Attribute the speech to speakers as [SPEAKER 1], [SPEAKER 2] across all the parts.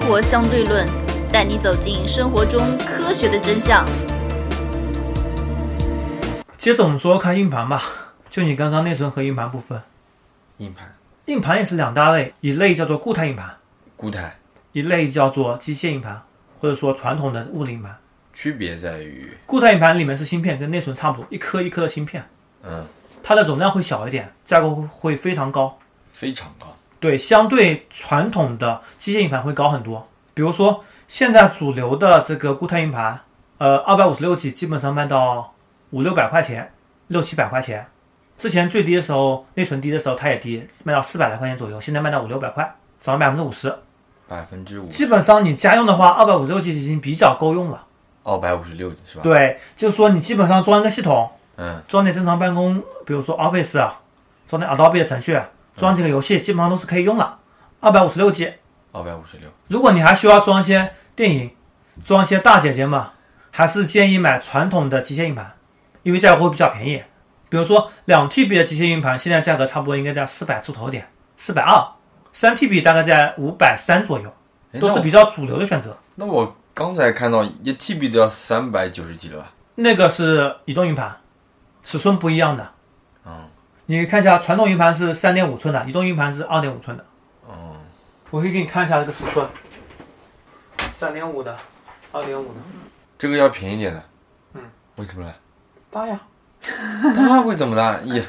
[SPEAKER 1] 活相对论》，带你走进生活中科学的真相。
[SPEAKER 2] 接着我们说看硬盘吧，就你刚刚内存和硬盘部分，
[SPEAKER 3] 硬盘、
[SPEAKER 2] 硬盘也是两大类，一类叫做固态硬盘，
[SPEAKER 3] 固态，
[SPEAKER 2] 一类叫做机械硬盘，或者说传统的物理硬盘。
[SPEAKER 3] 区别在于，
[SPEAKER 2] 固态硬盘里面是芯片，跟内存差不多，一颗一颗的芯片，
[SPEAKER 3] 嗯，
[SPEAKER 2] 它的容量会小一点，价格会非常高。
[SPEAKER 3] 非常高，
[SPEAKER 2] 对，相对传统的机械硬盘会高很多。比如说，现在主流的这个固态硬盘，呃，二百五十六 G 基本上卖到五六百块钱，六七百块钱。之前最低的时候，内存低的时候它也低，卖到四百来块钱左右，现在卖到五六百块，涨了百分之五十。
[SPEAKER 3] 百分之五，
[SPEAKER 2] 基本上你家用的话，二百五十六 G 已经比较够用了。
[SPEAKER 3] 二百五十六是吧？
[SPEAKER 2] 对，就是说你基本上装一个系统，
[SPEAKER 3] 嗯，
[SPEAKER 2] 装点正常办公，比如说 Office 啊，装点 Adobe 的程序，啊装几个游戏，基本上都是可以用了。二百五十六 G，
[SPEAKER 3] 二百五十六，
[SPEAKER 2] 如果你还需要装一些电影，装一些大姐姐们，还是建议买传统的机械硬盘，因为价格会比较便宜。比如说两 TB 的机械硬盘，现在价格差不多应该在四百出头点，四百二；三 TB 大概在五百三左右，
[SPEAKER 3] 哎
[SPEAKER 2] 都
[SPEAKER 3] 那
[SPEAKER 2] 是
[SPEAKER 3] 我
[SPEAKER 2] 比较主流的选择。
[SPEAKER 3] 那我刚才看到一 TB 都要三百九十几了吧？
[SPEAKER 2] 那个是移动硬盘，尺寸不一样的。哦
[SPEAKER 3] 嗯，
[SPEAKER 2] 你看一下，传统硬盘是三点五寸的，移动硬盘是二点五寸的。
[SPEAKER 3] 嗯，
[SPEAKER 2] 我可以给你看一下这个尺寸，三点五的，二点五的。
[SPEAKER 3] 这个要便宜点的，
[SPEAKER 2] 嗯，
[SPEAKER 3] 为什么呢？
[SPEAKER 2] 大呀，
[SPEAKER 3] 那会怎么啦？ 也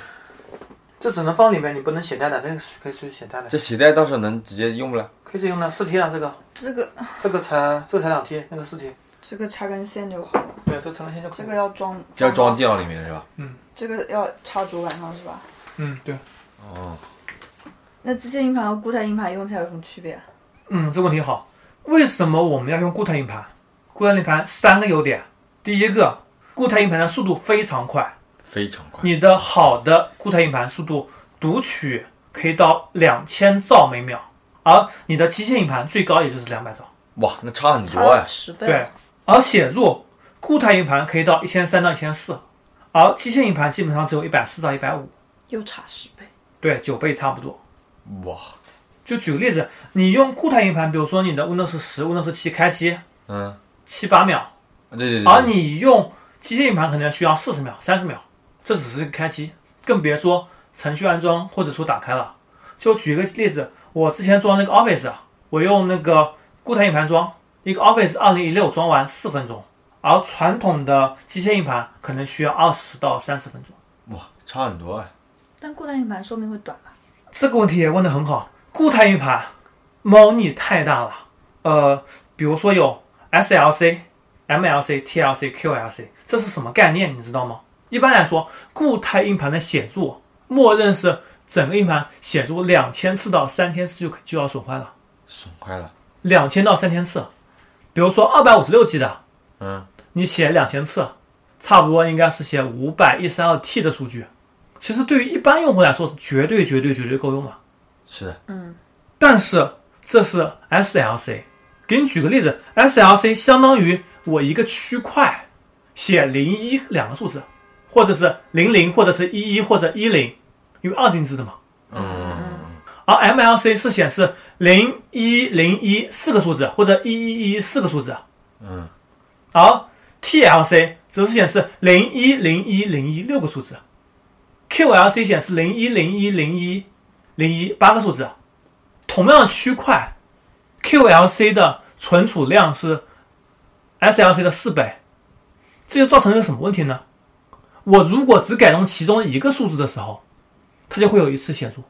[SPEAKER 2] 这只能放里面，你不能携带的，这个是可以随时携带的，
[SPEAKER 3] 这携带到时候能直接用不啦？
[SPEAKER 2] 可以用的四 T 啊，这个
[SPEAKER 4] 这个
[SPEAKER 2] 这个才这个才两 T，那个四 T，
[SPEAKER 4] 这个插根线就好了，
[SPEAKER 2] 没有这成了线就可
[SPEAKER 4] 这
[SPEAKER 2] 以。
[SPEAKER 4] 个要装
[SPEAKER 3] 嗯要装电脑里面是吧？
[SPEAKER 4] 这个要插主板上是吧？
[SPEAKER 2] 嗯，对，
[SPEAKER 3] 哦，
[SPEAKER 4] 那机械硬盘和固态硬盘用起来有什么区别啊？
[SPEAKER 2] 嗯，这个问题好。为什么我们要用固态硬盘？固态硬盘三个优点，第一个，固态硬盘的速度非常快，
[SPEAKER 3] 非常快，
[SPEAKER 2] 你的好的固态硬盘速度读取可以到两千兆每秒，而你的机械硬盘最高也就是两百兆。
[SPEAKER 3] 哇，那差很多
[SPEAKER 4] 差
[SPEAKER 3] 哎
[SPEAKER 4] 了，十倍
[SPEAKER 2] 对
[SPEAKER 4] 了，，
[SPEAKER 2] 而写入固态硬盘可以到一千三到一千四，而机械硬盘基本上只有一百四到一百五，
[SPEAKER 4] 又差十倍。
[SPEAKER 2] 对，九倍差不多。
[SPEAKER 3] 哇，
[SPEAKER 2] 就举个例子，你用固态硬盘，比如说你的 Windows 十、Windows 七开机
[SPEAKER 3] 嗯，
[SPEAKER 2] 七八秒，
[SPEAKER 3] 对对对
[SPEAKER 2] 而
[SPEAKER 3] 对，
[SPEAKER 2] 你用机械硬盘可能需要四十秒、三十秒，这只是开机，更别说程序安装或者说打开了。就举个例子，我之前装那个 Office，啊，我用那个固态硬盘装一个 Office 二零一六装完四分钟，而传统的机械硬盘可能需要二十到三十分钟。
[SPEAKER 3] 哇，差很多哎，
[SPEAKER 4] 但固态硬盘寿命会短吧？
[SPEAKER 2] 这个问题也问得很好，固态硬盘猫腻太大了。呃，比如说有 SLC、MLC、TLC、QLC，这是什么概念？你知道吗？一般来说，固态硬盘的写入默认是整个硬盘写入两千次到三千次就可就要损坏了，
[SPEAKER 3] 损坏了，
[SPEAKER 2] 两千到三千次。比如说二百五十六 G 的，
[SPEAKER 3] 嗯，
[SPEAKER 2] 你写两千次，差不多应该是写五百一十二 T 的数据。其实对于一般用户来说是绝对绝对绝对够用了。
[SPEAKER 3] 是的，
[SPEAKER 2] 但是这是 SLC。给你举个例子，SLC 相当于我一个区块写零一两个数字，或者是零零，或者是一一或者一零，因为二进制的嘛。
[SPEAKER 3] 嗯，
[SPEAKER 2] 而 MLC 是显示零一零一四个数字，或者一一一四个数字。啊
[SPEAKER 3] 嗯，
[SPEAKER 2] 而 TLC 则是显示零一零一零一六个数字，QLC 显示零一零一零一零一八个数字。同样的区块，QLC 的存储量是 SLC 的四倍，这就造成了一个什么问题呢？我如果只改动其中一个数字的时候，它就会有一次写入。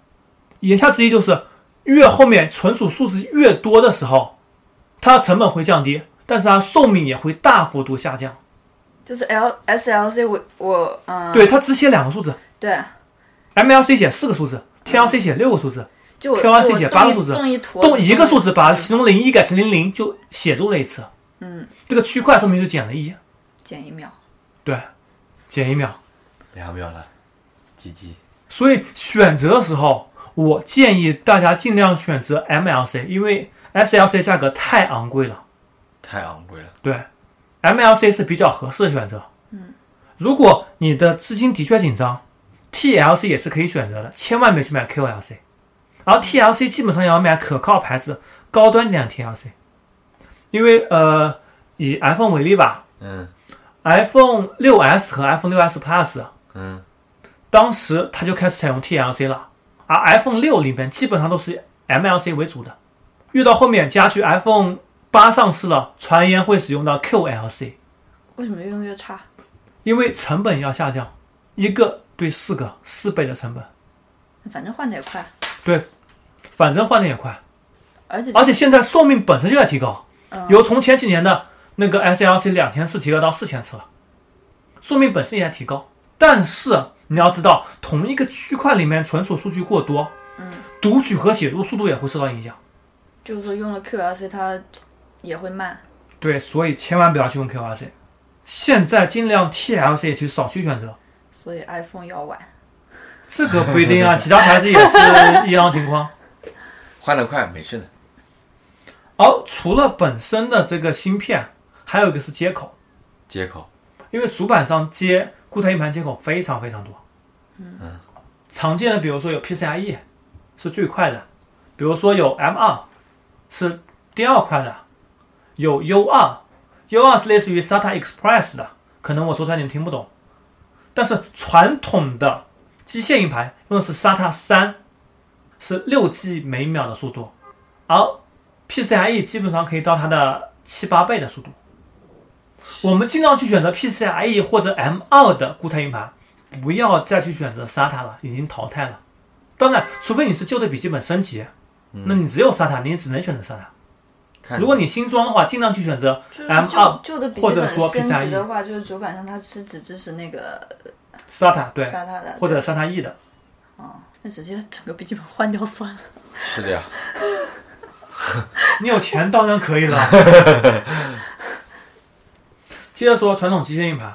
[SPEAKER 2] 言下之意就是，越后面存储数字越多的时候，它的成本会降低，但是它寿命也会大幅度下降。
[SPEAKER 4] 就是 L S L C 我我嗯
[SPEAKER 2] 对，它只写两个数字
[SPEAKER 4] 对，
[SPEAKER 2] ，MLC 写四个数字，TLC 写六个数字，
[SPEAKER 4] 就我
[SPEAKER 2] QRC
[SPEAKER 4] 就我
[SPEAKER 2] 写
[SPEAKER 4] 动
[SPEAKER 2] 八个
[SPEAKER 4] 一
[SPEAKER 2] 数字
[SPEAKER 4] 动一坨
[SPEAKER 2] 动一个数字把
[SPEAKER 4] 嗯
[SPEAKER 2] 其中零一改成零零，就写入了一次。
[SPEAKER 4] 嗯，
[SPEAKER 2] 这个区块寿命就减了一，
[SPEAKER 4] 减一秒。
[SPEAKER 2] 对，减一秒。
[SPEAKER 3] 两秒了，鸡鸡，
[SPEAKER 2] 所以选择的时候，我建议大家尽量选择 MLC，因为 SLC 价格太昂贵了。
[SPEAKER 3] 太昂贵了，
[SPEAKER 2] 对，MLC 是比较合适的选择。嗯，如果你的资金的确紧张，TLC 也是可以选择的，千万别去买 QLC。而 TLC 基本上也要买可靠牌子、高端一点的 TLC，因为呃，以 iPhone 为例吧
[SPEAKER 3] 嗯
[SPEAKER 2] ，iPhone 6s 和 iPhone 6s Plus
[SPEAKER 3] 嗯
[SPEAKER 2] 当时它就开始采用 TLC 了，而 iPhone 6里面基本上都是 MLC 为主的。越到后面加去 iPhone 八上市了，传言会使用到 QLC，
[SPEAKER 4] 为什么越用越差？
[SPEAKER 2] 因为成本要下降，一个对四个四倍的成本，
[SPEAKER 4] 反正换的也快，
[SPEAKER 2] 反正换的也快，
[SPEAKER 4] 而且
[SPEAKER 2] 而且现在寿命本身就在提高，
[SPEAKER 4] 嗯
[SPEAKER 2] 由从前几年的那个 SLC 两千次提高到四千次了，寿命本身也在提高。但是你要知道，同一个区块里面存储数据过多，读取和写入速度也会受到影响。
[SPEAKER 4] 就是说用了 QLC 它也会慢。
[SPEAKER 2] 对，所以千万不要去用 QLC，现在尽量 TLC 去少去选择。
[SPEAKER 4] 所以 iPhone 要晚，
[SPEAKER 2] 这个不一定啊，其他牌子也是一样情况。
[SPEAKER 3] 换得快没事的。
[SPEAKER 2] 而除了本身的这个芯片，还有一个是接口，
[SPEAKER 3] 接口
[SPEAKER 2] 因为主板上接固态硬盘接口非常非常多。常见的比如说有 PCIe E 是最快的，比如说有 M 2是第二快的，有 U 2 U 2是类似于 SATA Express 的，可能我说出来你们听不懂。但是传统的机械硬盘用的是 SATA 3，是6 G 每秒的速度，而 PCIe E 基本上可以到它的七八倍的速度。我们尽量去选择 PCIe E 或者 M 2的固态硬盘，不要再去选择 SATA 了，已经淘汰了。当然，除非你是旧的笔记本升级，那你只有 SATA，你也只能选择 SATA。
[SPEAKER 3] 看，
[SPEAKER 2] 如果你新装的话，尽量去选择
[SPEAKER 4] 就是
[SPEAKER 2] M
[SPEAKER 4] 旧
[SPEAKER 2] 2
[SPEAKER 4] 旧的笔
[SPEAKER 2] 或
[SPEAKER 4] 记
[SPEAKER 2] 者
[SPEAKER 4] 本
[SPEAKER 2] 说
[SPEAKER 4] 升级
[SPEAKER 2] PCIe
[SPEAKER 4] 的话，就是主板上它是只支持那个
[SPEAKER 2] SATA 对，
[SPEAKER 4] SATA 的，
[SPEAKER 2] 或者 SATA E 的。
[SPEAKER 4] 那直接整个笔记本换掉算了。
[SPEAKER 3] 是 的呀，
[SPEAKER 2] 你有钱当然可以了。接着说传统机械硬盘，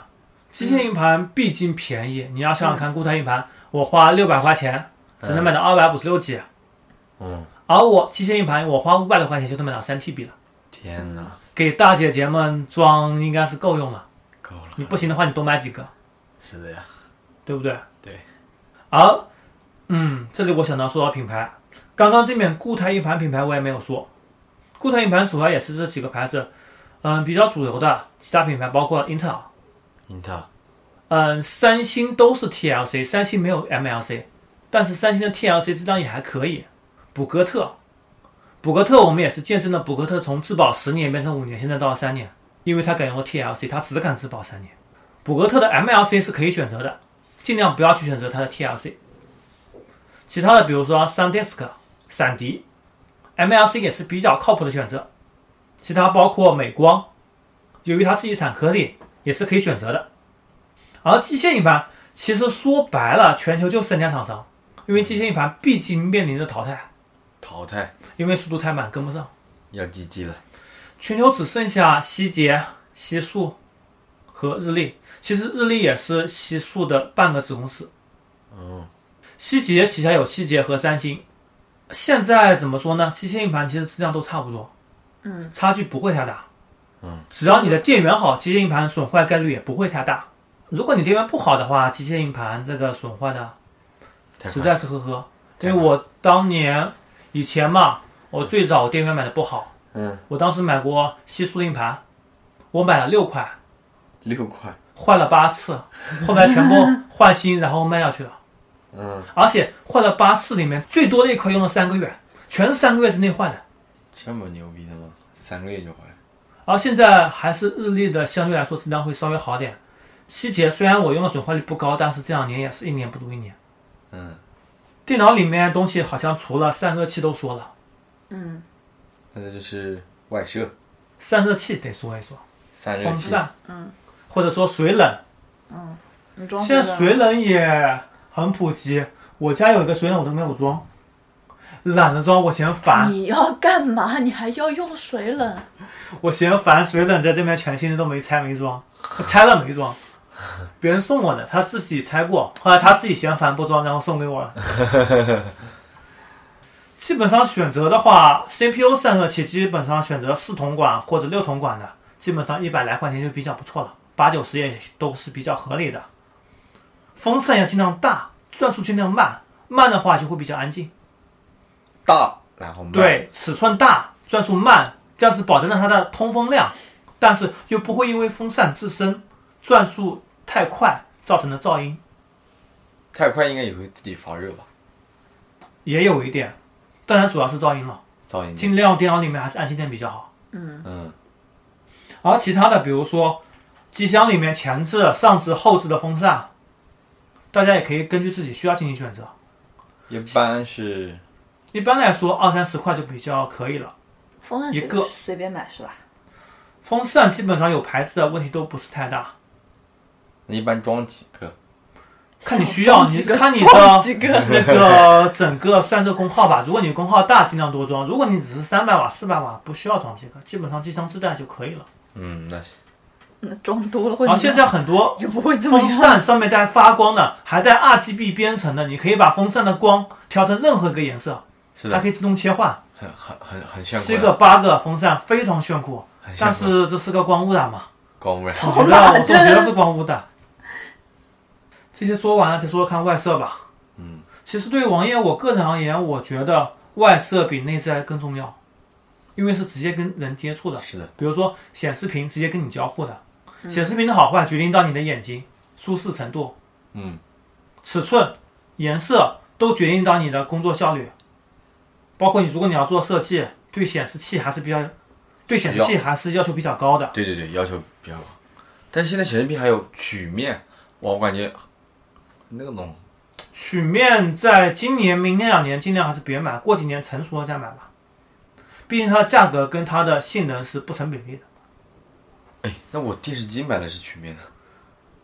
[SPEAKER 2] 机械硬盘毕竟便宜，你要想想看，固态硬盘我花六百块钱只能买到二百五十六 G，
[SPEAKER 3] 嗯，
[SPEAKER 2] 而我机械硬盘我花五百多块钱就能买到三 TB 了，
[SPEAKER 3] 天哪，
[SPEAKER 2] 给大姐姐们装应该是够用了。
[SPEAKER 3] 够了，
[SPEAKER 2] 你不行的话，你多买几个，
[SPEAKER 3] 是的呀，
[SPEAKER 2] 对不对？
[SPEAKER 3] 对。
[SPEAKER 2] 而嗯，这里我想到说到品牌，刚刚这面固态硬盘品牌我也没有说，固态硬盘主要也是这几个牌子，嗯，比较主流的其他品牌包括英特尔，
[SPEAKER 3] 英特尔
[SPEAKER 2] 嗯，三星都是 TLC，三星没有 MLC，但是三星的 TLC 质量也还可以。补格特，补格特我们也是见证了补格特从质保十年变成五年，现在到了三年，因为它改用了 TLC，它只敢质保三年。补格特的 MLC 是可以选择的，尽量不要去选择它的 TLC。其他的比如说 SanDisk、闪迪，MLC 也是比较靠谱的选择。其他包括美光，由于它自己产颗粒，也是可以选择的。而机械硬盘其实说白了，全球就三家厂商，因为机械硬盘毕竟面临着淘汰，
[SPEAKER 3] 淘汰
[SPEAKER 2] 因为速度太慢跟不上，
[SPEAKER 3] 要 GG 了，
[SPEAKER 2] 全球只剩下希捷、西数和日立。其实日立也是西数的半个子公司，
[SPEAKER 3] 嗯，
[SPEAKER 2] 希捷旗下有希捷和三星。现在怎么说呢？机械硬盘其实质量都差不多，
[SPEAKER 4] 嗯，
[SPEAKER 2] 差距不会太大。
[SPEAKER 3] 嗯，
[SPEAKER 2] 只要你的电源好，机械硬盘损坏概率也不会太大。如果你电源不好的话，机械硬盘这个损坏的
[SPEAKER 3] 太
[SPEAKER 2] 实
[SPEAKER 3] 快
[SPEAKER 2] 在是呵呵，
[SPEAKER 3] 太
[SPEAKER 2] 因为我当年以前嘛，我最早电源买的不好，
[SPEAKER 3] 嗯，
[SPEAKER 2] 我当时买过西数硬盘，我买了六块，
[SPEAKER 3] 六块，
[SPEAKER 2] 换了八次，后来全部换新，然后卖掉去了，
[SPEAKER 3] 嗯，
[SPEAKER 2] 而且换了八次里面最多的一块用了三个月，全是三个月之内换的，
[SPEAKER 3] 这么牛逼的吗？三个月就换，
[SPEAKER 2] 而现在还是日立的相对来说质量会稍微好点，希捷虽然我用的损坏率不高，但是这两年也是一年不如一年。
[SPEAKER 3] 嗯，
[SPEAKER 2] 电脑里面东西好像除了散热器都说了，
[SPEAKER 4] 嗯，
[SPEAKER 3] 那就是外设
[SPEAKER 2] 散热器得说一说。
[SPEAKER 3] 散热
[SPEAKER 2] 风
[SPEAKER 3] 器，
[SPEAKER 2] 扇，
[SPEAKER 4] 嗯，
[SPEAKER 2] 或者说水冷，
[SPEAKER 4] 你装
[SPEAKER 2] 现在
[SPEAKER 4] 备了
[SPEAKER 2] 水冷也很普及。我家有一个水冷，我都没有装，懒得装，我嫌烦，
[SPEAKER 4] 你要干嘛？你还要用水冷？
[SPEAKER 2] 我嫌烦。水冷在这边全新的都没拆没装，拆了没装，别人送我的，他自己拆过，后来他自己嫌烦不装，然后送给我了。基本上选择的话，CPU 散热器基本上选择四铜管或者六铜管的，基本上一百来块钱就比较不错了，八九十也都是比较合理的。风扇要尽量大，转速尽量慢，慢的话就会比较安静。
[SPEAKER 3] 大，然后慢，
[SPEAKER 2] 对，尺寸大，转速慢，这样子保证了它的通风量，但是又不会因为风扇自身转速太快造成的噪音，
[SPEAKER 3] 太快应该也会自己发热吧？
[SPEAKER 2] 也有一点，当然主要是噪音了。
[SPEAKER 3] 噪音。
[SPEAKER 2] 尽量电脑里面还是安静点比较好。
[SPEAKER 3] 嗯，
[SPEAKER 2] 而其他的，比如说机箱里面前置、上置、后置的风扇，大家也可以根据自己需要进行选择。
[SPEAKER 3] 一般是
[SPEAKER 2] 一般来说，二三十块就比较可以了。
[SPEAKER 4] 风扇
[SPEAKER 2] 一
[SPEAKER 4] 随
[SPEAKER 2] 个
[SPEAKER 4] 随便买是吧？
[SPEAKER 2] 风扇基本上有牌子的问题都不是太大，
[SPEAKER 3] 一般装几个？
[SPEAKER 2] 看你需要，
[SPEAKER 4] 想装
[SPEAKER 2] 你
[SPEAKER 4] 几个
[SPEAKER 2] 看你
[SPEAKER 4] 装
[SPEAKER 2] 的
[SPEAKER 4] 几个
[SPEAKER 2] 那个整 个扇子功耗吧。如果你功耗大，尽量多装；如果你只是三百瓦、四百瓦，不需要装这个，基本上机箱自带就可以了。
[SPEAKER 3] 嗯，那
[SPEAKER 4] 那装多了会
[SPEAKER 2] 然后
[SPEAKER 4] 怎么
[SPEAKER 2] 现
[SPEAKER 4] 样。
[SPEAKER 2] 在很多
[SPEAKER 4] 也不会这么
[SPEAKER 2] 风
[SPEAKER 4] 样。
[SPEAKER 2] 扇上面带发光的，还带 RGB 编程的，你可以把风扇的光调成任何一个颜色，
[SPEAKER 3] 是
[SPEAKER 2] 它
[SPEAKER 3] 的
[SPEAKER 2] 可，以自动切换。
[SPEAKER 3] 很很很很炫
[SPEAKER 2] 七
[SPEAKER 3] 酷
[SPEAKER 2] 个
[SPEAKER 3] 的，
[SPEAKER 2] 八个风扇非常炫酷，
[SPEAKER 3] 很炫
[SPEAKER 2] 但
[SPEAKER 3] 酷的
[SPEAKER 2] 是这是个光污染嘛？
[SPEAKER 3] 光污染。
[SPEAKER 2] 我觉得我总啊觉得是光污染。这些说完了，再说说看外设吧。嗯，其实对于网页我个人而言，我觉得外设比内在更重要，因为是直接跟人接触的。
[SPEAKER 3] 是的，
[SPEAKER 2] 比如说显示屏直接跟你交互的，显示屏的好坏决定到你的眼睛舒适程度，
[SPEAKER 3] 嗯，
[SPEAKER 2] 尺寸、颜色都决定到你的工作效率，包括你如果你要做设计，对显示器还是比较，对显示器还是要求比较高的。
[SPEAKER 3] 对对对，要求比较高。但是现在显示屏还有曲面，哇我感觉那个东
[SPEAKER 2] 曲面在今年、明年两年尽量还是别买，过几年成熟了再买吧，毕竟它的价格跟它的性能是不成比例的。
[SPEAKER 3] 哎，那我电视机买的是曲面的，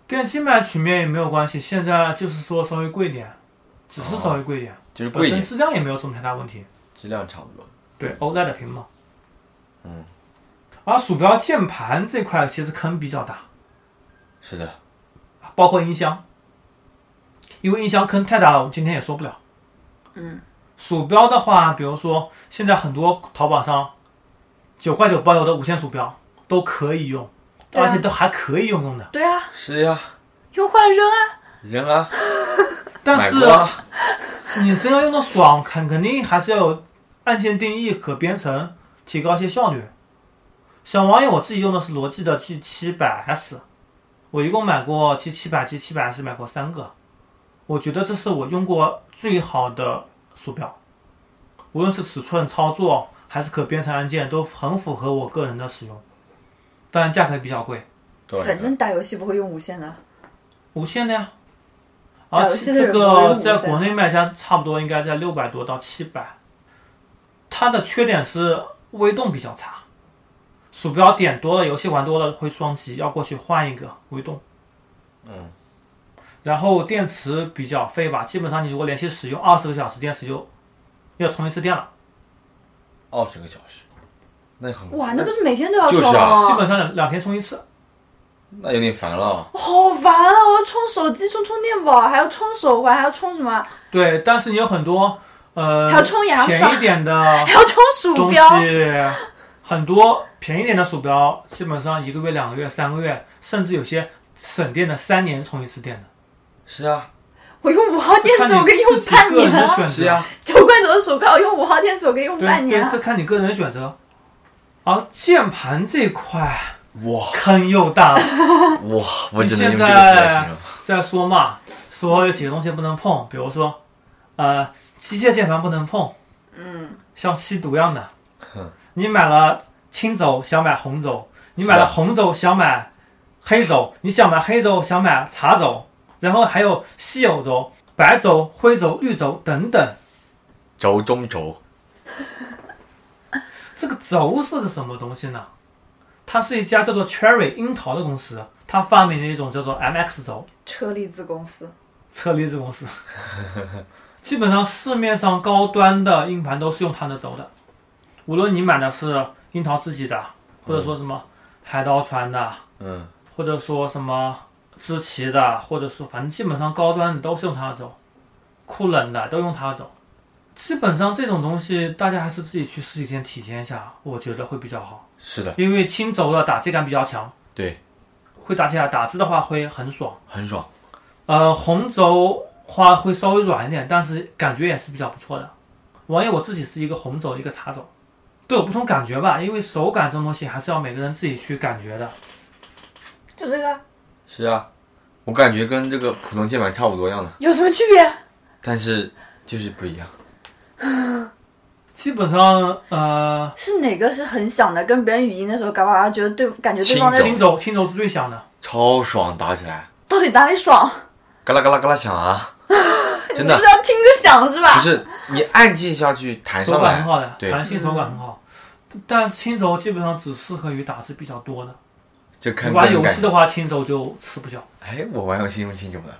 [SPEAKER 2] 电机买曲面也没有关系，现在就是说稍微贵一点，只是稍微贵一点。
[SPEAKER 3] 就是
[SPEAKER 2] 本
[SPEAKER 3] 哦贵一
[SPEAKER 2] 身
[SPEAKER 3] 点，
[SPEAKER 2] 质量也没有什么太大问题。
[SPEAKER 3] 质量差不多。
[SPEAKER 2] 对 OLED 的屏幕，嗯，而鼠标、键盘这块其实坑比较大，
[SPEAKER 3] 是的，
[SPEAKER 2] 包括音箱，因为音箱坑太大了，我们今天也说不了。
[SPEAKER 4] 嗯，
[SPEAKER 2] 鼠标的话，比如说现在很多淘宝上九块九包邮的无线鼠标都可以用，
[SPEAKER 4] 对啊
[SPEAKER 2] 而且都还可以用用的，
[SPEAKER 4] 对啊，
[SPEAKER 3] 是呀，
[SPEAKER 4] 用坏了扔啊。
[SPEAKER 3] 人啊，
[SPEAKER 2] 但
[SPEAKER 3] 买
[SPEAKER 2] 是
[SPEAKER 3] 过啊，
[SPEAKER 2] 你真要用的爽，肯肯定还是要有按键定义、可编程，提高一些效率。小网友我自己用的是罗技的 G 七百 S，我一共买过 G 七百、G 七百 S 买过三个，我觉得这是我用过最好的鼠标，无论是尺寸、操作还是可编程按键，都很符合我个人的使用。当然价格比较贵，
[SPEAKER 3] 多少
[SPEAKER 4] 反
[SPEAKER 3] 钱啊
[SPEAKER 4] 正打游戏不会用无线的，
[SPEAKER 2] 无线的呀。
[SPEAKER 4] 打
[SPEAKER 2] 而
[SPEAKER 4] 游
[SPEAKER 2] 且
[SPEAKER 4] 戏的
[SPEAKER 2] 这
[SPEAKER 4] 人不会用
[SPEAKER 2] 个
[SPEAKER 4] 无
[SPEAKER 2] 在
[SPEAKER 4] 线
[SPEAKER 2] 国内卖家差不多应该在六百多到七百。它的缺点是微动比较差，鼠标点多了，游戏玩多了会双击，要过去换一个微动。
[SPEAKER 3] 嗯。
[SPEAKER 2] 然后电池比较费吧，基本上你如果连续使用二十个小时，电池就要充一次电了，
[SPEAKER 3] 二十个小时，那很
[SPEAKER 4] 哇，那不是每天都要
[SPEAKER 3] 就
[SPEAKER 4] 充
[SPEAKER 3] 是啊
[SPEAKER 2] 基本上两两天充一次。
[SPEAKER 3] 那有点烦了。
[SPEAKER 4] 我好烦啊！我要充手机、充充电宝，还要充手环，还要充什么？
[SPEAKER 2] 对，但是你有很多呃
[SPEAKER 4] 还要充牙
[SPEAKER 2] 便
[SPEAKER 4] 刷
[SPEAKER 2] 宜点 的
[SPEAKER 4] 还要充鼠
[SPEAKER 2] 东西
[SPEAKER 4] 标。
[SPEAKER 2] 很多便宜点的鼠标，基本上一个月、两个月、三个月，甚至有些省电的三年充一次电的，
[SPEAKER 3] 是啊，
[SPEAKER 4] 我用五号电池，
[SPEAKER 2] 看
[SPEAKER 4] 我可以
[SPEAKER 2] 你
[SPEAKER 4] 用
[SPEAKER 2] 自己
[SPEAKER 4] 半
[SPEAKER 2] 个人
[SPEAKER 4] 年
[SPEAKER 2] 的
[SPEAKER 4] 啊。
[SPEAKER 2] 选
[SPEAKER 3] 是
[SPEAKER 2] 择。
[SPEAKER 3] 啊，
[SPEAKER 4] 九块九的鼠标，我用五号电池，我可以用半
[SPEAKER 2] 对
[SPEAKER 4] 年
[SPEAKER 2] 对，
[SPEAKER 4] 啊
[SPEAKER 2] 这。看你个人的选择。而键盘这块
[SPEAKER 3] 哇
[SPEAKER 2] 坑又大了，
[SPEAKER 3] 哇，我
[SPEAKER 2] 你
[SPEAKER 3] 只能
[SPEAKER 2] 现
[SPEAKER 3] 用这个词来
[SPEAKER 2] 在
[SPEAKER 3] 形容。
[SPEAKER 2] 在说嘛，说有几个东西不能碰，比如说，呃，机械键盘不能碰，
[SPEAKER 4] 嗯，
[SPEAKER 2] 像吸毒一样的
[SPEAKER 3] 哼。
[SPEAKER 2] 你买了青轴想买红轴，你买了
[SPEAKER 3] 是啊的
[SPEAKER 2] 红轴想买黑轴，你想买黑轴想买茶轴，然后还有稀有轴、白轴、灰轴、绿轴等等。
[SPEAKER 3] 轴中轴，
[SPEAKER 2] 这个轴是个什么东西呢？它是一家叫做 Cherry 樱桃的公司，它发明了一种叫做 MX 轴
[SPEAKER 4] 车厘子公司，
[SPEAKER 2] 车厘子公司。 基本上市面上高端的硬盘都是用它的轴的，无论你买的是樱桃自己的，或者说什么海盗船的，
[SPEAKER 3] 嗯，
[SPEAKER 2] 或者说什么知奇的，或者说反正基本上高端的都是用它的走，酷冷的都用它的走。基本上这种东西，大家还是自己去实体店体验一下，我觉得会比较好，
[SPEAKER 3] 是的，
[SPEAKER 2] 因为轻轴的打击感比较强，
[SPEAKER 3] 对，
[SPEAKER 2] 会打起来打字的话会很爽。
[SPEAKER 3] 很爽。
[SPEAKER 2] 呃，红轴花会稍微软一点，但是感觉也是比较不错的。王爷我自己是一个红轴，一个茶轴，都有不同感觉吧，因为手感这种东西还是要每个人自己去感觉的。
[SPEAKER 4] 就这个
[SPEAKER 3] 是啊，我感觉跟这个普通键盘差不多样的，
[SPEAKER 4] 有什么区别？
[SPEAKER 3] 但是就是不一样。
[SPEAKER 2] 基本上，呃，
[SPEAKER 4] 是哪个是很响的？跟别人语音的时候，嘎巴觉得对，感觉对方在
[SPEAKER 3] 有
[SPEAKER 2] 轻轴轻轴是最响的，
[SPEAKER 3] 超爽，打起来，
[SPEAKER 4] 到底哪里爽？
[SPEAKER 3] 嘎啦嘎啦嘎啦响啊！ 真的
[SPEAKER 4] 你就是要听个响是吧？
[SPEAKER 3] 不是你按键下去弹
[SPEAKER 2] 手
[SPEAKER 3] 上
[SPEAKER 2] 感很
[SPEAKER 3] 来，
[SPEAKER 2] 好的，
[SPEAKER 3] 对
[SPEAKER 2] 弹性手感很好。但是轻轴基本上只适合于打字比较多的，
[SPEAKER 3] 就
[SPEAKER 2] 你
[SPEAKER 3] 看个
[SPEAKER 2] 玩
[SPEAKER 3] 人
[SPEAKER 2] 游
[SPEAKER 3] 感
[SPEAKER 2] 戏的
[SPEAKER 3] 觉。
[SPEAKER 2] 话，轻轴就吃不消，
[SPEAKER 3] 哎，我玩游戏用清楚的，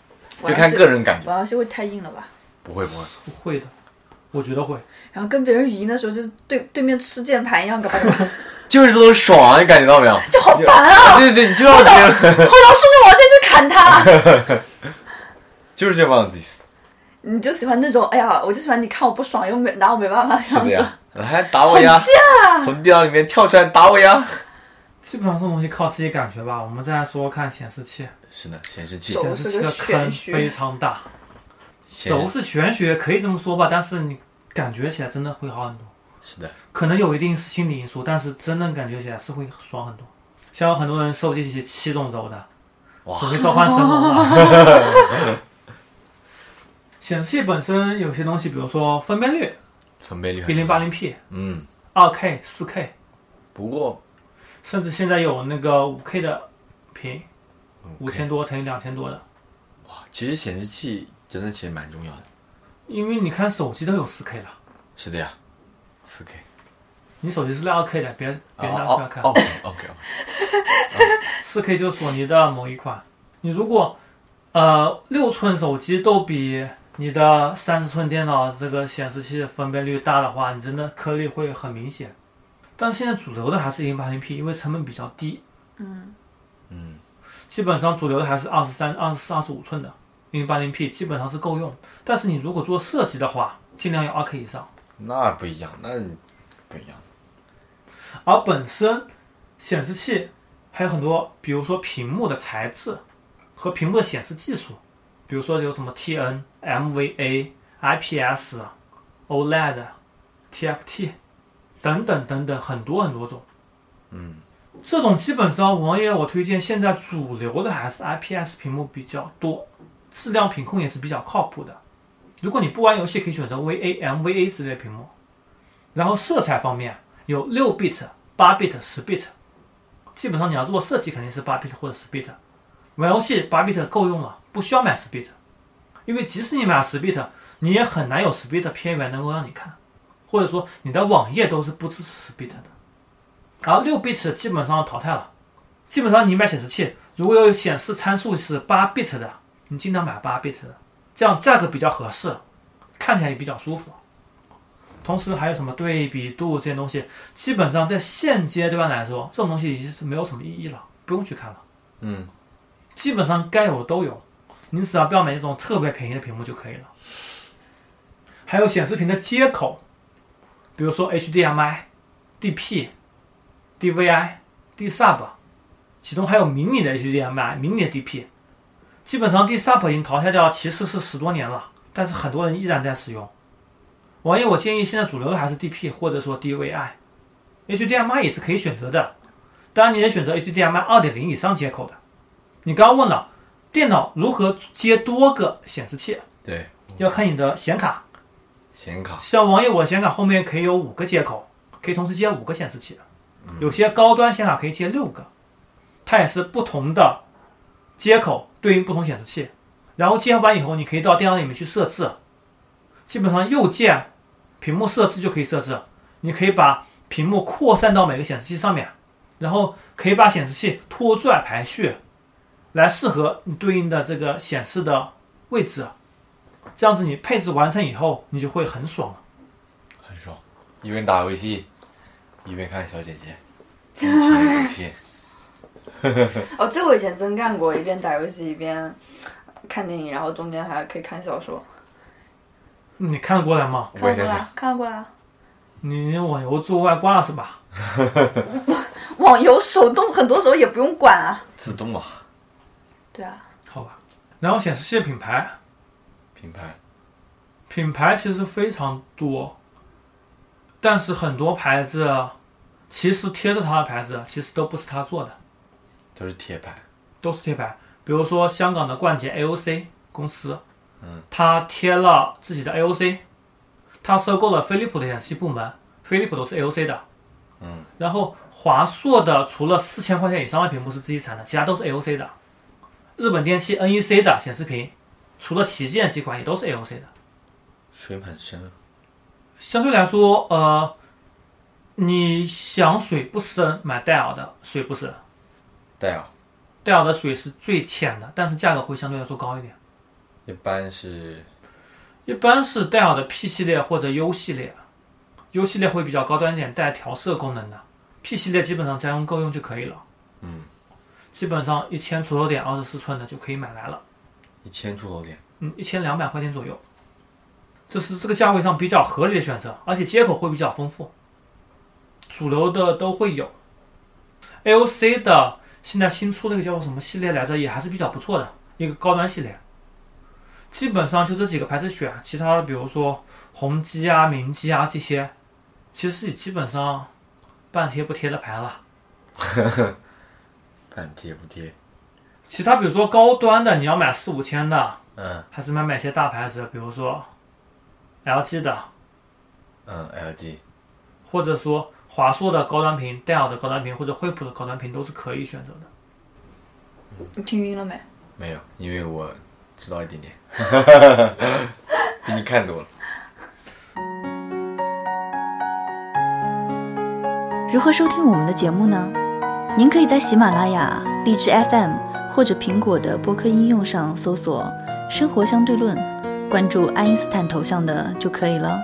[SPEAKER 4] 玩游
[SPEAKER 3] 就
[SPEAKER 4] 戏
[SPEAKER 3] 看个人感觉。
[SPEAKER 4] 玩游戏会太硬了吧？
[SPEAKER 3] 不会不会，
[SPEAKER 2] 不会的，我觉得会。
[SPEAKER 4] 然后跟别人语音的时候，就是对对面吃键盘一样，嘎巴 嘎巴，
[SPEAKER 3] 就是这种爽啊，你感觉到没有？
[SPEAKER 4] 就好烦啊！
[SPEAKER 3] 对对对，你就要
[SPEAKER 4] 我
[SPEAKER 3] 这
[SPEAKER 4] 想，
[SPEAKER 3] 样
[SPEAKER 4] 我，想顺着网线去砍 他。
[SPEAKER 3] 就是这样子。
[SPEAKER 4] 你就喜欢那种，哎呀，我就喜欢你看我不爽又没拿我没办法的
[SPEAKER 3] 是
[SPEAKER 4] 样
[SPEAKER 3] 的
[SPEAKER 4] 子。
[SPEAKER 3] 呀，来打我呀！从电脑里面跳出来打我呀！
[SPEAKER 2] 基本上这种东西靠自己感觉吧。我们再说看显示器，
[SPEAKER 3] 是的，显示器，
[SPEAKER 4] 走
[SPEAKER 2] 显示器的坑非常大，
[SPEAKER 3] 显
[SPEAKER 2] 轴
[SPEAKER 3] 示
[SPEAKER 2] 是玄学，可以这么说吧，但是你感觉起来真的会好很多。
[SPEAKER 3] 是的，
[SPEAKER 2] 可能有一定是心理因素，但是真正感觉起来是会爽很多。像有很多人收集起七种轴的，
[SPEAKER 3] 哇
[SPEAKER 2] 准备召唤神龙了。显示器本身有些东西，比如说分辨率，
[SPEAKER 3] 分辨率很
[SPEAKER 2] 一零八零 P、
[SPEAKER 3] 嗯，
[SPEAKER 2] 二 K、四 K，
[SPEAKER 3] 不过
[SPEAKER 2] 甚至现在有那个五 K 的屏，五千多乘以两千多的。
[SPEAKER 3] 哇，其实显示器真的其实蛮重要的。
[SPEAKER 2] 因为你看手机都有四 K 了，
[SPEAKER 3] 是的呀，四 K。
[SPEAKER 2] 你手机是二 K 的，别别拿出来
[SPEAKER 3] 哦
[SPEAKER 2] 看
[SPEAKER 3] 哦。，OK，
[SPEAKER 2] 四 K 就是索尼的某一款。你如果呃六寸手机都比你的三十寸电脑这个显示器分辨率大的话，你真的颗粒会很明显。但是现在主流的还是1 8 0 P，因为成本比较低。
[SPEAKER 4] 嗯，
[SPEAKER 2] 基本上主流的还是二十三、二十四、二十五寸的1 8 0 P，基本上是够用。但是你如果做设计的话，尽量要2 K 以上。
[SPEAKER 3] 那不一样，那不一样。
[SPEAKER 2] 而本身显示器还有很多，比如说屏幕的材质和屏幕的显示技术，比如说有什么 TN、MVA、IPS、OLED、TFT 等等等等，很多很多种。嗯，这种基本上网页我推荐，现在主流的还是 IPS 屏幕比较多，质量品控也是比较靠谱的。如果你不玩游戏，可以选择 VA、MVA 之类的屏幕。然后色彩方面有六 bit、八 bit、十 bit，基本上你要做设计肯定是八 bit 或者十 bit，玩游戏八 bit 够用了，不需要买十 bit，因为即使你买了十 bit，你也很难有十 bit 片源能够让你看，或者说你的网页都是不支持十 bit 的。而六 bit 基本上淘汰了，基本上你买显示器如果有显示参数是八 bit 的，你尽量买八 bit 的，这样价格比较合适，看起来也比较舒服。同时还有什么对比度这些东西，基本上在现阶段来说，这种东西已经是没有什么意义了，不用去看了。
[SPEAKER 3] 嗯，
[SPEAKER 2] 基本上该有都有，你只要不要买那种特别便宜的屏幕就可以了。还有显示屏的接口，比如说 HDMI、DP、DVI、DSub，其中还有迷你的 HDMI、迷你的 DP。基本上 DSub 已经淘汰掉，其实是十多年了，但是很多人依然在使用。网页我建议现在主流的还是 DP 或者说 DVI，HDMI 也是可以选择的，当然你也选择 HDMI 二点零以上接口的。你刚刚问了，电脑如何接多个显示器，
[SPEAKER 3] 对，
[SPEAKER 2] 要看你的显卡。
[SPEAKER 3] 显卡
[SPEAKER 2] 像网页我显卡后面可以有五个接口，可以同时接五个显示器，有些高端显卡可以接六个，它也是不同的接口对应不同显示器。然后接好完以后，你可以到电脑里面去设置，基本上右键屏幕设置就可以设置，你可以把屏幕扩散到每个显示器上面，然后可以把显示器拖拽排序，来适合你对应的这个显示的位置。这样子你配置完成以后，你就会很爽。
[SPEAKER 3] 很爽，一边打游戏，一边看小姐姐，一起游戏。
[SPEAKER 4] 哦，这我以前真干过，一边打游戏一边看电影，然后中间还可以看小说。
[SPEAKER 2] 你看得过来吗？
[SPEAKER 3] 我
[SPEAKER 4] 看
[SPEAKER 3] 也
[SPEAKER 4] 过
[SPEAKER 3] 在
[SPEAKER 4] 啦
[SPEAKER 3] 想，，
[SPEAKER 4] 看过啦。
[SPEAKER 2] 你网游做外挂是吧？
[SPEAKER 4] 网游手动很多时候也不用管啊。
[SPEAKER 3] 自动啊，
[SPEAKER 4] 对啊，
[SPEAKER 2] 好吧。然后显示器品牌，
[SPEAKER 3] 品牌
[SPEAKER 2] 品牌其实非常多，但是很多牌子其实贴着它的牌子其实都不是它做的，
[SPEAKER 3] 都是贴牌。
[SPEAKER 2] 都是贴牌。比如说香港的冠捷 AOC 公司，嗯，它贴了自己的 AOC，它收购了飞利浦的演戏部门，飞利浦都是 AOC 的，嗯，然后华硕的除了四千块钱以上的屏幕是自己产的，其他都是 AOC 的。日本电器 NEC 的显示屏，除了旗舰几款也都是 AOC 的。
[SPEAKER 3] 水很深啊，
[SPEAKER 2] 相对来说，呃，你想水不深，买戴尔的水不深，
[SPEAKER 3] 戴尔
[SPEAKER 2] 戴尔的水是最浅的，但是价格会相对来说高一点。
[SPEAKER 3] 一般是
[SPEAKER 2] 一般是戴尔的 P 系列或者 U 系列，U 系列会比较高端一点，带调色功能的。P 系列基本上家用够用就可以了。嗯，基本上一千出头点，二十四寸的就可以买来了。
[SPEAKER 3] 一千出头点，
[SPEAKER 2] 嗯，一千两百块钱左右，这是这个价位上比较合理的选择，而且接口会比较丰富，主流的都会有。AOC 的现在新出那个叫做什么系列来着，也还是比较不错的一个高端系列。基本上就这几个牌子选，其他的比如说宏基啊、明基啊这些，其实也基本上半贴不贴的牌了。
[SPEAKER 3] 看贴不贴。
[SPEAKER 2] 其他比如说高端的，你要买四五千的，
[SPEAKER 3] 嗯
[SPEAKER 2] 还是买买些大牌子，比如说 LG 的，
[SPEAKER 3] 嗯，LG
[SPEAKER 2] 或者说华硕的高端屏、戴尔的高端屏或者惠普的高端屏都是可以选择的。
[SPEAKER 4] 你听晕了没？
[SPEAKER 3] 没有，因为我知道一点点， 比你看多了。
[SPEAKER 5] 如何收听我们的节目呢？您可以在喜马拉雅、荔枝 FM 或者苹果的播客应用上搜索“生活相对论”，关注爱因斯坦头像的就可以了。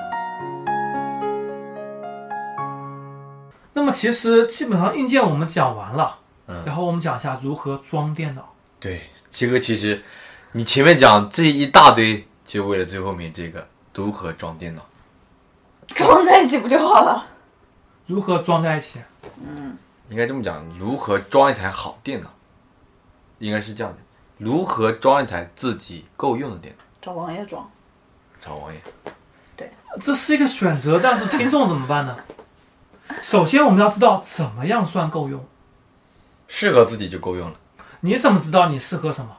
[SPEAKER 2] 那么其实基本上硬件我们讲完了，
[SPEAKER 3] 嗯
[SPEAKER 2] 然后我们讲一下如何装电脑。
[SPEAKER 3] 对，这个其实你前面讲这一大堆，就为了最后面这个如何装电脑。
[SPEAKER 4] 装在一起不就好了？
[SPEAKER 2] 如何装在一起？
[SPEAKER 3] 应该这么讲，如何装一台好电脑，应该是这样的：如何装一台自己够用的电脑。
[SPEAKER 4] 找王爷装，
[SPEAKER 3] 找王爷，
[SPEAKER 2] 这是一个选择，但是听众怎么办呢？ 首先我们要知道怎么样算够用。
[SPEAKER 3] 适合自己就够用了。
[SPEAKER 2] 你怎么知道你适合什么？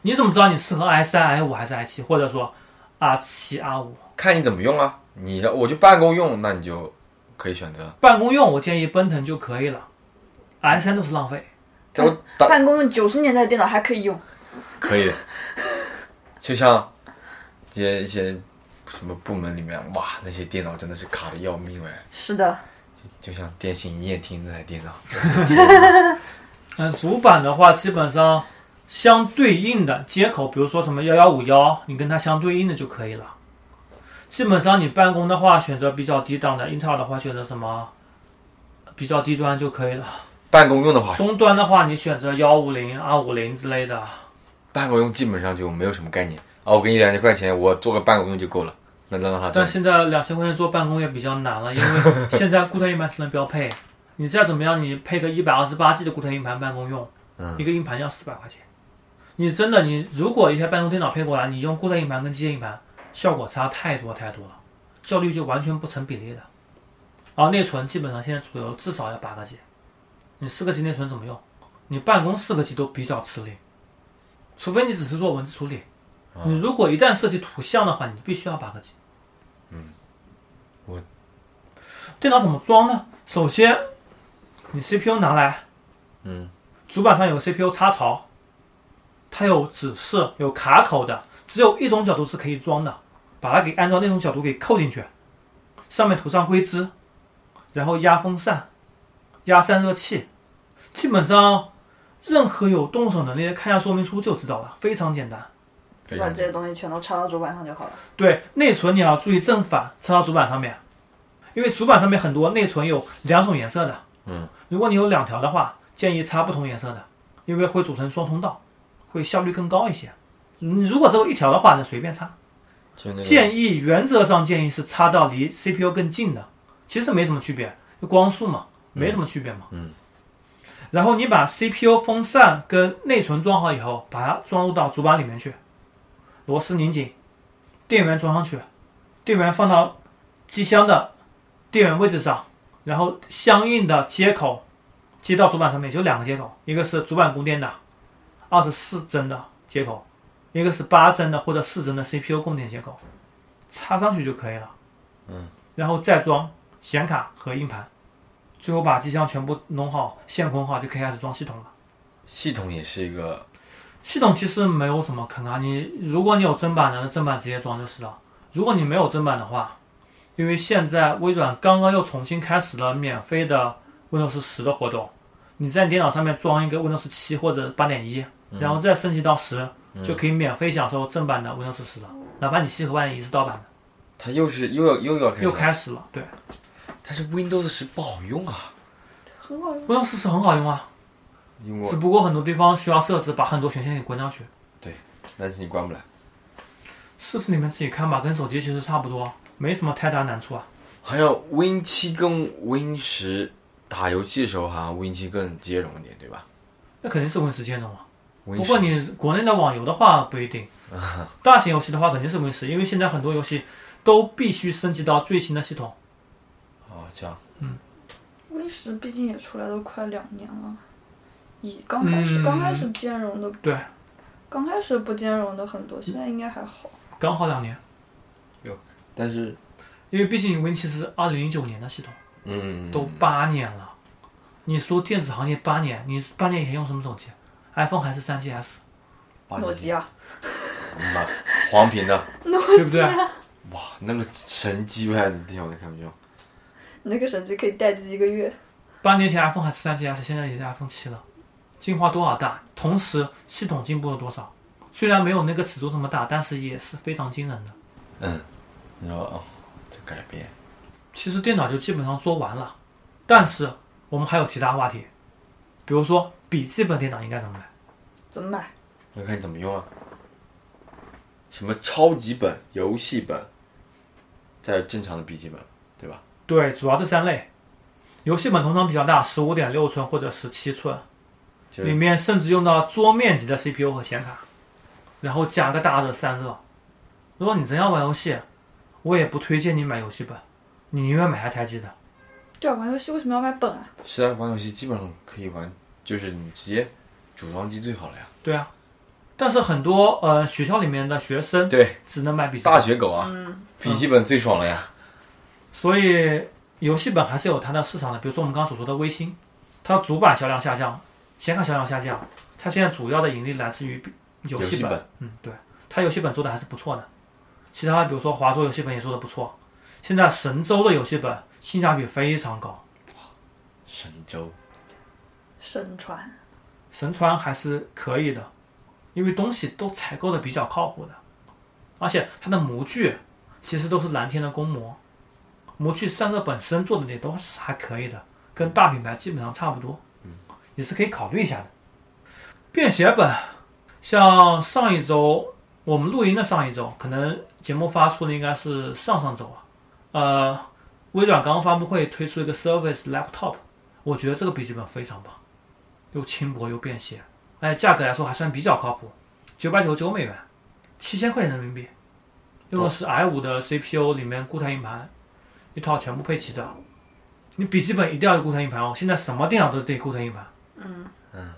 [SPEAKER 2] 你怎么知道你适合 i 三、i 五还是 i 七，或者说 r 七、r 五？
[SPEAKER 3] 看你怎么用啊。你我就办公用，那你就可以选 择。
[SPEAKER 2] 办公用我建议奔腾就可以了，i 三都是浪费。
[SPEAKER 3] 这不打
[SPEAKER 4] 办公用九十年代的电脑还可以用，
[SPEAKER 3] 可以的，就像一些一些什么部门里面，哇，那些电脑真的是卡的要命哎，
[SPEAKER 4] 是的，
[SPEAKER 3] 就像电信营业厅那台电脑。
[SPEAKER 2] 嗯，主板的话，基本上相对应的接口，比如说什么幺幺五幺，你跟它相对应的就可以了。基本上你办公的话，选择比较低档的，英特尔的话选择什么比较低端就可以了。
[SPEAKER 3] 办公用的话，
[SPEAKER 2] 中端的话，你选择幺五零、二五零之类的。
[SPEAKER 3] 办公用基本上就没有什么概念啊。我给你两千块钱，我做个办公用就够了。那那让他
[SPEAKER 2] 但
[SPEAKER 3] 赚，
[SPEAKER 2] 现在两千块钱做办公也比较难了，因为现在固态硬盘只能标配，你再怎么样，你配个一百二十八 G 的固态硬盘办公用，
[SPEAKER 3] 嗯
[SPEAKER 2] 一个硬盘要四百块钱。你真的，你如果一台办公电脑配过来，你用固态硬盘跟机械硬盘，效果差太多太多了，效率就完全不成比例的。然后内存基本上现在主流至少要八个 G，你四个 G 内存怎么用？你办公四个 G 都比较吃力，除非你只是做文字处理。你如果一旦涉及图像的话，你必须要八个 G。电脑怎么装呢？首先，你 CPU 拿来，
[SPEAKER 3] 嗯，
[SPEAKER 2] 主板上有 CPU 插槽，它有指示，有卡口的，只有一种角度是可以装的，把它给按照那种角度给扣进去，上面涂上硅脂，然后压风扇，压散热器，基本上任何有动手能力的看一下说明书就知道了，非常简单。
[SPEAKER 3] 非
[SPEAKER 4] 把
[SPEAKER 3] 常
[SPEAKER 4] 这些东西全都插到主板上就好了。
[SPEAKER 2] 对，内存你要注意正反插到主板上面，因为主板上面很多内存有两种颜色的。
[SPEAKER 3] 嗯，
[SPEAKER 2] 如果你有两条的话，建议插不同颜色的，因为会组成双通道，会效率更高一些。你如果只有一条的话，那随便插。
[SPEAKER 3] 就那个
[SPEAKER 2] 建议原则上建议是插到离 CPU 更近的，其实没什么区别，就光速嘛，没什么区别嘛。
[SPEAKER 3] 嗯。
[SPEAKER 2] 然后你把 CPU 风扇跟内存装好以后，把它装入到主板里面去，螺丝拧紧，电源装上去，电源放到机箱的电源位置上，然后相应的接口接到主板上面就两个接口，一个是主板供电的二十四针的接口，一个是八针的或者四针的 CPU 供电接口，插上去就可以了。
[SPEAKER 3] 嗯，
[SPEAKER 2] 然后再装显卡和硬盘，最后把机箱全部弄好、线控好，就可以开始装系统了。
[SPEAKER 3] 系统也是一个
[SPEAKER 2] 系统其实没有什么坑啊，你如果你有正版的，那正版直接装就是了。如果你没有正版的话，因为现在微软刚刚又重新开始了免费的 Windows 十的活动，你在你电脑上面装一个 Windows 七或者八点一，
[SPEAKER 3] 嗯
[SPEAKER 2] 然后再升级到十、就可以免费享受正版的 Windows 十了，哪怕你七和八点一是盗版的，
[SPEAKER 3] 它又是又要又要开始
[SPEAKER 2] 又开始了。对
[SPEAKER 3] 但是 Windows 十不好用啊，
[SPEAKER 4] 很好用。
[SPEAKER 2] ，Windows 十很好用啊，
[SPEAKER 3] 因
[SPEAKER 2] 只
[SPEAKER 3] 为
[SPEAKER 2] 不过很多地方需要设置，把很多权限给关上去。
[SPEAKER 3] 但是你关不来。
[SPEAKER 2] 试试你们自己看吧，跟手机其实差不多，啊没什么太大难处啊。
[SPEAKER 3] 好像 Win 七跟 Win 十打游戏的时候，好像 Win 七更兼容一点，对吧
[SPEAKER 2] 那肯定是 Win 十兼容啊。
[SPEAKER 3] ？Win
[SPEAKER 2] 不过你国内的网游的话不一定，大型游戏的话肯定是 Win 十，因为现在很多游戏都必须升级到最新的系统。
[SPEAKER 3] 哦，这样
[SPEAKER 4] Win 十毕竟也出来都快两年了，以刚开始、
[SPEAKER 2] 嗯
[SPEAKER 4] 刚开始兼容的，
[SPEAKER 2] 对，
[SPEAKER 4] 刚开始不兼容的很多，现在应该还好。
[SPEAKER 2] 刚好两年，
[SPEAKER 3] 但是
[SPEAKER 2] 因为毕竟 Win 七是二零零九年的系统，
[SPEAKER 3] 嗯，
[SPEAKER 2] 都八年了。你说电子行业八年，你八年以前用什么手机？iPhone 还是 3GS，
[SPEAKER 3] 八
[SPEAKER 4] 诺
[SPEAKER 3] 年
[SPEAKER 4] 基亚，
[SPEAKER 3] 嗯吧黄屏的，
[SPEAKER 2] 对不对？
[SPEAKER 3] 哇，那个神机外的天，我都看不见。
[SPEAKER 4] 你那个手机可以待机一个月。
[SPEAKER 2] 八年前 iPhone 还是 3GS，现在已经是 iPhone 七了，进化多少大？同时系统进步了多少？虽然没有那个尺度那么大，但是也是非常惊人的。
[SPEAKER 3] 嗯，你说哦，这改变
[SPEAKER 2] 其实电脑就基本上说完了，但是我们还有其他话题，比如说笔记本电脑应该怎么来？
[SPEAKER 4] 怎么买？
[SPEAKER 3] 要看你怎么用啊。什么超级本、游戏本，再有正常的笔记本，对吧？
[SPEAKER 2] 对，主要这三类。游戏本通常比较大，十五点六寸或者十七寸，
[SPEAKER 3] 就
[SPEAKER 2] 里
[SPEAKER 3] 是
[SPEAKER 2] 面甚至用到桌面级的 CPU 和显卡，然后加个大的散热。如果你真要玩游戏，我也不推荐你买游戏本，你宁愿买台台机的。
[SPEAKER 4] 对啊，玩游戏为什么要买本啊？
[SPEAKER 3] 现在玩游戏基本上可以玩，就是你直接组装机最好了呀。
[SPEAKER 2] 对啊，但是很多呃学校里面的学生
[SPEAKER 3] 对，
[SPEAKER 2] 只能买笔记本
[SPEAKER 3] 大，学狗啊，
[SPEAKER 2] 嗯
[SPEAKER 3] 笔记本最爽了呀。
[SPEAKER 2] 所以游戏本还是有它的市场的。比如说我们刚刚所说的微星，它主板销量下降，显卡销量下降，它现在主要的盈利来自于比游戏
[SPEAKER 3] 游戏本
[SPEAKER 2] 嗯，对，它游戏本做的还是不错的。其他的比如说华硕游戏本也做的不错。现在神州的游戏本性价比非常高，
[SPEAKER 3] 神州
[SPEAKER 4] 神传，
[SPEAKER 2] 神传还是可以的，因为东西都采购的比较靠谱的，而且它的模具其实都是蓝天的公模，模具散热本身做的也都是还可以的，跟大品牌基本上差不多，也是可以考虑一下的。便携本，像上一周我们录音的上一周，可能节目发出的应该是上上周啊，呃，微软刚刚发布会推出一个 Surface Laptop，我觉得这个笔记本非常棒。又轻薄又便携，而且价格来说还算比较靠谱，九百九十九美元，七千块钱人民币，用的是 i 五的 CPU，里面固态硬盘，一套全部配齐的。你笔记本一定要有固态硬盘哦，现在什么电脑都得固态硬盘。嗯嗯，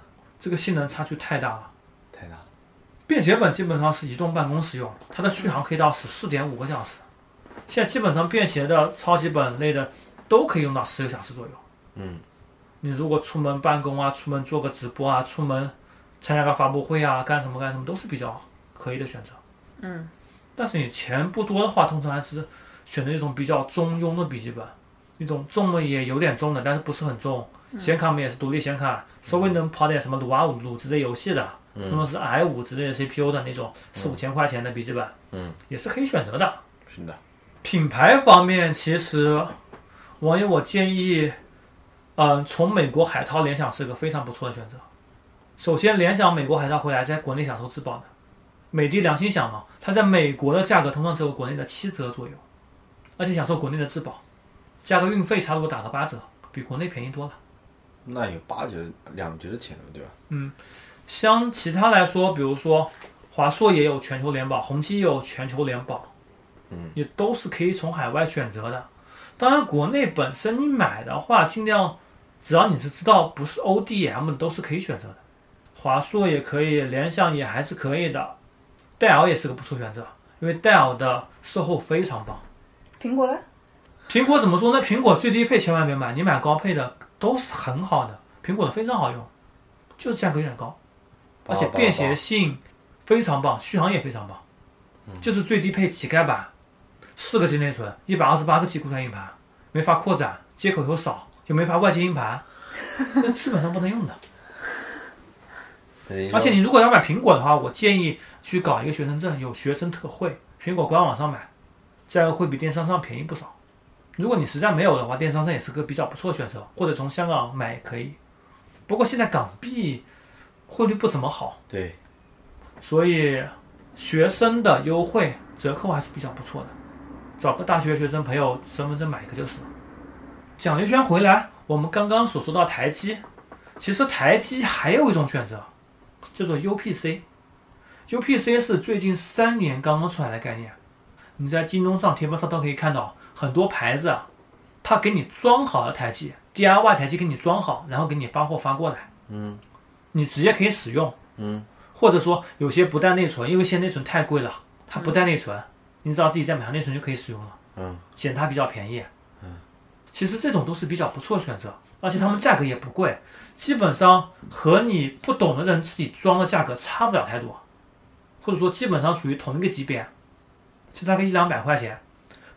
[SPEAKER 2] 这个性能差距太大了。
[SPEAKER 3] 太大了，
[SPEAKER 2] 便携本基本上是移动办公使用，它的续航可以到十四点五个小时。现在基本上便携的超级本类的都可以用到十个小时左右。
[SPEAKER 3] 嗯，
[SPEAKER 2] 你如果出门办公啊，出门做个直播啊，出门参加个发布会啊，干什么干什么都是比较可以的选择。
[SPEAKER 4] 嗯，
[SPEAKER 2] 但是你钱不多的话，通常还是选择一种比较中庸的笔记本，一种重的也有点重的，但是不是很重。显卡我们也是独立显卡，稍微能跑点什么鲁啊五鲁之类游戏的，用的是 i 五之类的 CPU 的那种四五千块钱的笔记本，
[SPEAKER 3] 嗯，
[SPEAKER 2] 也是可以选择的。
[SPEAKER 3] 是的，
[SPEAKER 2] 品牌方面，其实网友我建议，嗯、从美国海淘联想是个非常不错的选择。首先，联想美国海淘回来，在国内享受质保的，美的良心想嘛，它在美国的价格通常只有国内的七折左右，而且享受国内的质保，加个运费差不多打个八折，比国内便宜多了。
[SPEAKER 3] 那有八折、两折的钱了，对吧？
[SPEAKER 2] 相其他来说，比如说华硕也有全球联保，宏基也有全球联保，嗯，也都是可以从海外选择的。当然，国内本身你买的话，尽量只要你是知道不是 ODM 的，都是可以选择的。华硕也可以，联想也还是可以的，戴尔也是个不错选择，因为戴尔的售后非常棒。
[SPEAKER 4] 苹果呢？
[SPEAKER 2] 苹果怎么说呢？苹果最低配千万别买，你买高配的都是很好的，苹果的非常好用，就是价格有点高，而
[SPEAKER 3] 哦
[SPEAKER 2] 且便携性非常棒，续航也非常棒，就是最低配乞丐版，四个 G 内存，一百二十八个 G 固态硬盘，没法扩展，接口又少，就没法外接硬盘，那基本上不能用的。
[SPEAKER 3] 而
[SPEAKER 2] 而且你如果要买苹果的话，我建议去搞一个学生证，有学生特惠，苹果官网上买，价格会比电商上便宜不少。如果你实在没有的话，电商上也是个比较不错的选择，或者从香港买也可以。不过现在港币汇率不怎么好，
[SPEAKER 3] 对，
[SPEAKER 2] 所以学生的优惠折扣还是比较不错的。找个大学学生朋友身份证买一个就是了。讲了一圈回来，我们刚刚所说到台机，其实台机还有一种选择，叫做 UPC。UPC 是最近三年刚刚出来的概念，你在京东上、天猫上都可以看到很多牌子啊，它给你装好了台机，DIY 台机给你装好，然后给你发货发过来，
[SPEAKER 3] 嗯，
[SPEAKER 2] 你直接可以使用。
[SPEAKER 3] 嗯，
[SPEAKER 2] 或者说有些不带内存，因为现在内存太贵了，它不带内存，你只要自己再买上内存就可以使用了，
[SPEAKER 3] 嗯，
[SPEAKER 2] 显它比较便宜。嗯，其实这种都是比较不错的选择，而且它们价格也不贵，基本上和你不懂的人自己装的价格差不了太多，或者说基本上属于同一个级别，就大概一两百块钱，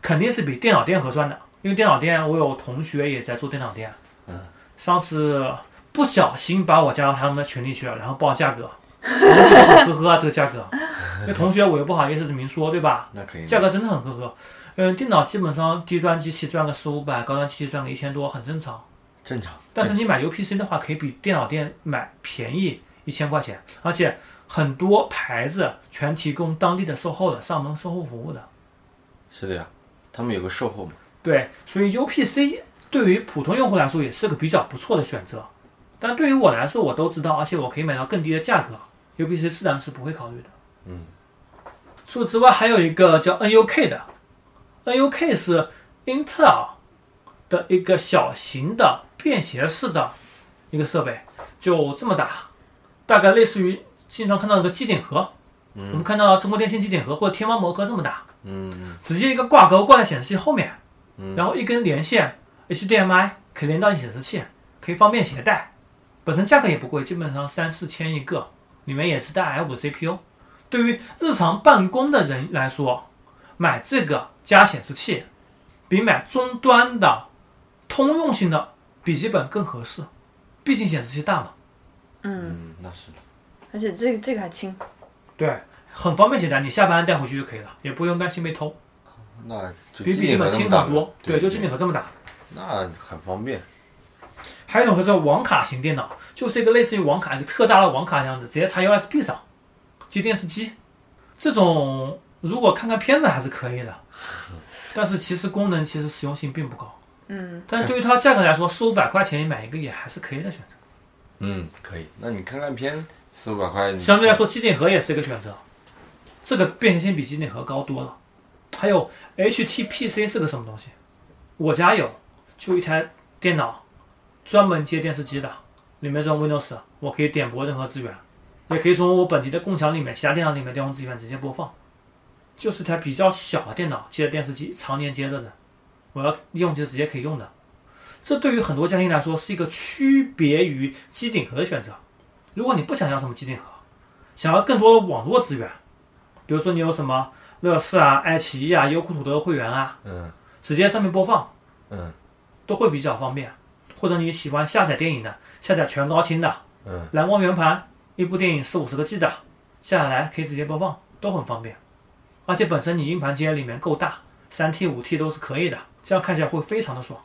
[SPEAKER 2] 肯定是比电脑店合算的，因为电脑店我有同学也在做电脑店，嗯，上次不小心把我加到他们的群里去了，然后报价 格。呵呵啊，这个价格，那同学我又不好意思明说，对吧？
[SPEAKER 3] 那肯定
[SPEAKER 2] 价格真的很呵呵。嗯，电脑基本上低端机器赚个四五百，高端机器赚个一千多，很正常。
[SPEAKER 3] 正常。
[SPEAKER 2] 但是你买 UPC 的话，可以比电脑店买便宜一千块钱，而且很多牌子全提供当地的售后的上门售后服务的。
[SPEAKER 3] 是的呀，他们有个售后嘛，
[SPEAKER 2] 对，所以 UPC 对于普通用户来说也是个比较不错的选择，但对于我来说我都知道，而且我可以买到更低的价格，UPC 自然是不会考虑的。嗯，除此之外还有一个叫 NUK 的，NUK 是英特尔的一个小型的便携式的一个设备，就这么大，大概类似于经常看到的机顶盒，我们看到中国电信机顶盒或者天猫魔盒这么大。
[SPEAKER 3] 嗯，
[SPEAKER 2] 直接一个挂钩挂在显示器后面，然后一根连线 HDMI 可以连到你显示器，可以方便携带。本身价格也不贵，基本上三四千一个，里面也是带 i5 CPU。对于日常办公的人来说，买这个加显示器，比买终端的通用性的笔记本更合适，毕竟显示器大嘛。
[SPEAKER 4] 嗯，
[SPEAKER 3] 嗯，那是的，
[SPEAKER 4] 而且这这个还轻，
[SPEAKER 2] 对，很方便携带，你下班带回去就可以了，也不用担心被偷，
[SPEAKER 3] 那就
[SPEAKER 2] 比笔记
[SPEAKER 3] 盒
[SPEAKER 2] 本
[SPEAKER 3] 这么
[SPEAKER 2] 轻
[SPEAKER 3] 大
[SPEAKER 2] 很
[SPEAKER 3] 嘛
[SPEAKER 2] 多。
[SPEAKER 3] 对，
[SPEAKER 2] 就机顶盒这么大。
[SPEAKER 3] 那很方便。
[SPEAKER 2] 还有一种叫做网卡型电脑，就是一个类似于网卡一个特大的网卡这样子，直接插 USB 上，接电视机。这种如果看看片子还是可以的，但是其实功能其实实用性并不高。
[SPEAKER 4] 嗯，
[SPEAKER 2] 但是对于它价格来说，四五百块钱你买一个也还是可以的选择。
[SPEAKER 3] 嗯，可以。那你看看片，四五百块，你
[SPEAKER 2] 相对来说，机顶盒也是一个选择，这个便携性比机顶盒高多了。还有 HTPC 是个什么东西？我家有，就一台电脑，专门接电视机的，里面装 Windows，我可以点播任何资源，也可以从我本地的共享里面、其他电脑里面调用资源直接播放。就是台比较小的电脑接着电视机，常年接着的，我要用就直接可以用的。这对于很多家庭来说是一个区别于机顶盒的选择。如果你不想要什么机顶盒，想要更多的网络资源，比如说你有什么乐视啊、爱奇艺啊、优酷土豆会员啊，
[SPEAKER 3] 嗯
[SPEAKER 2] 直接上面播放
[SPEAKER 3] 嗯
[SPEAKER 2] 都会比较方便。或者你喜欢下载电影的，下载全高清的
[SPEAKER 3] 嗯，
[SPEAKER 2] 蓝光圆盘，一部电影四五十个 G 的，下来可以直接播放，都很方便。而且本身你硬盘接里面够大，三 T、五 T 都是可以的，这样看起来会非常的爽，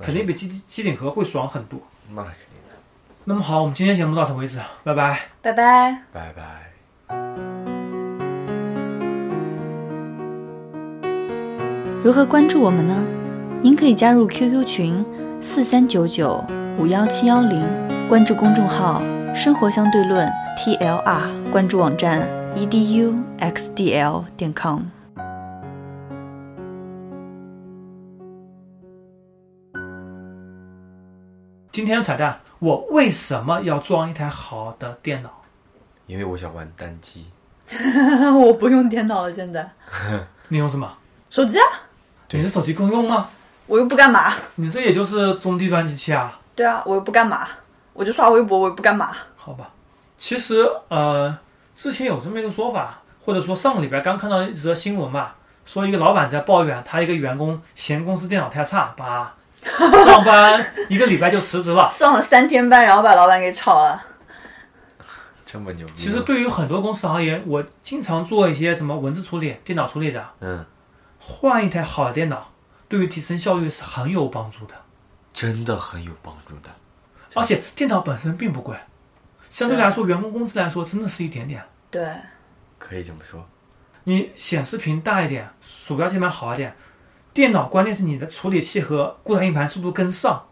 [SPEAKER 2] 肯定比机机顶盒会爽很多。
[SPEAKER 3] 那肯定的。
[SPEAKER 2] 那么好，我们今天节目到此为止，拜拜。
[SPEAKER 5] 拜拜。
[SPEAKER 3] 拜拜。
[SPEAKER 5] 如何关注我们呢？您可以加入 QQ 群四三九九五幺七幺零，关注公众号“生活相对论 ”TLR，关注网站 E eduxdl 点 com。
[SPEAKER 2] 今天的彩蛋，我为什么要装一台好的电脑？
[SPEAKER 3] 因为我想玩单机。
[SPEAKER 5] 我不用电脑了，现在
[SPEAKER 2] 你用什么？
[SPEAKER 5] 手机啊，
[SPEAKER 2] 你的手机够用吗？
[SPEAKER 5] 我又不干嘛。
[SPEAKER 2] 你这也就是中低端机器啊，
[SPEAKER 5] 对啊，我又不干嘛，我就刷微博，我也不干嘛。
[SPEAKER 2] 好吧。其实呃，之前有这么一个说法，或者说上个礼拜刚看到一则新闻嘛，说一个老板在抱怨他一个员工嫌公司电脑太差，把上班一个礼拜就辞职了。
[SPEAKER 4] 嗯
[SPEAKER 5] 上了三天班，然后把老板给炒了。
[SPEAKER 3] 这么牛逼吗？
[SPEAKER 2] 其实对于很多公司行业，我经常做一些什么文字处理、电脑处理的，
[SPEAKER 3] 嗯，
[SPEAKER 2] 换一台好的电脑，对于提升效率是很有帮助的。
[SPEAKER 3] 真的很有帮助的。
[SPEAKER 2] 而且电脑本身并不贵，相对来说，员工工资来说真的是一点点。
[SPEAKER 5] 对，
[SPEAKER 3] 可以这么说，
[SPEAKER 2] 你显示屏大一点，鼠标键盘好一点，电脑关键是你的处理器和固态硬盘速度跟上，